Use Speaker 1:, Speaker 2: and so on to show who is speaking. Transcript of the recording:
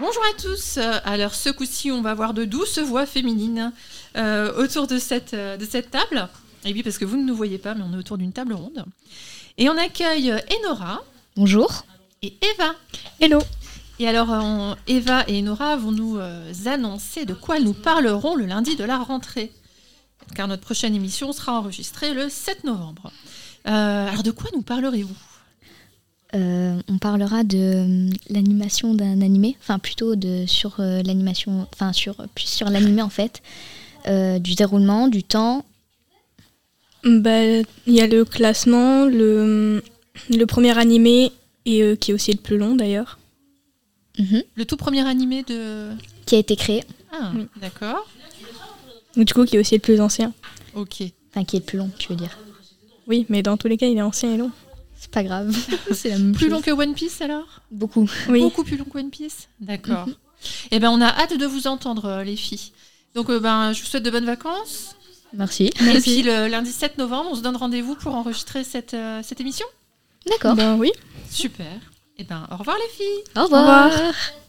Speaker 1: Bonjour à tous. Alors ce coup-ci, on va avoir de douces voix féminines euh, autour de cette, euh, de cette table. Et oui, parce que vous ne nous voyez pas, mais on est autour d'une table ronde. Et on accueille euh, Enora
Speaker 2: Bonjour.
Speaker 1: et Eva.
Speaker 2: Hello.
Speaker 1: Et alors, euh, Eva et Enora vont nous euh, annoncer de quoi nous parlerons le lundi de la rentrée. Car notre prochaine émission sera enregistrée le 7 novembre. Euh, alors, de quoi nous parlerez-vous
Speaker 2: Euh, on parlera de euh, l'animation d'un animé, enfin plutôt de sur euh, l'animation, enfin sur plus sur l'animé en fait, Euh, du déroulement, du temps.
Speaker 3: Bah, il y a le classement, le, le premier animé, et euh, qui est aussi le plus long d'ailleurs.
Speaker 2: Mhm.
Speaker 1: Le tout premier animé de.
Speaker 2: qui a été créé,
Speaker 1: Ah,
Speaker 3: Oui.
Speaker 1: d'accord.
Speaker 3: Ou Du coup, qui est aussi le plus ancien.
Speaker 1: Ok.
Speaker 2: enfin qui est le plus long, tu veux dire.
Speaker 3: Oui, mais dans tous les cas, il est ancien et long.
Speaker 2: C'est pas grave, c'est la même
Speaker 1: Plus
Speaker 2: chose.
Speaker 1: long que One Piece alors
Speaker 2: Beaucoup.
Speaker 3: Oui.
Speaker 1: Beaucoup plus long que One Piece D'accord. Eh bien, on a hâte de vous entendre, euh, les filles. Donc, euh, ben, je vous souhaite de bonnes vacances.
Speaker 2: Merci.
Speaker 1: Et puis, le lundi 7 novembre, on se donne rendez-vous pour enregistrer cette, euh, cette émission.
Speaker 2: D'accord.
Speaker 3: Ben oui.
Speaker 1: Super. Eh ben, au revoir, les filles
Speaker 2: Au revoir.
Speaker 3: revoir.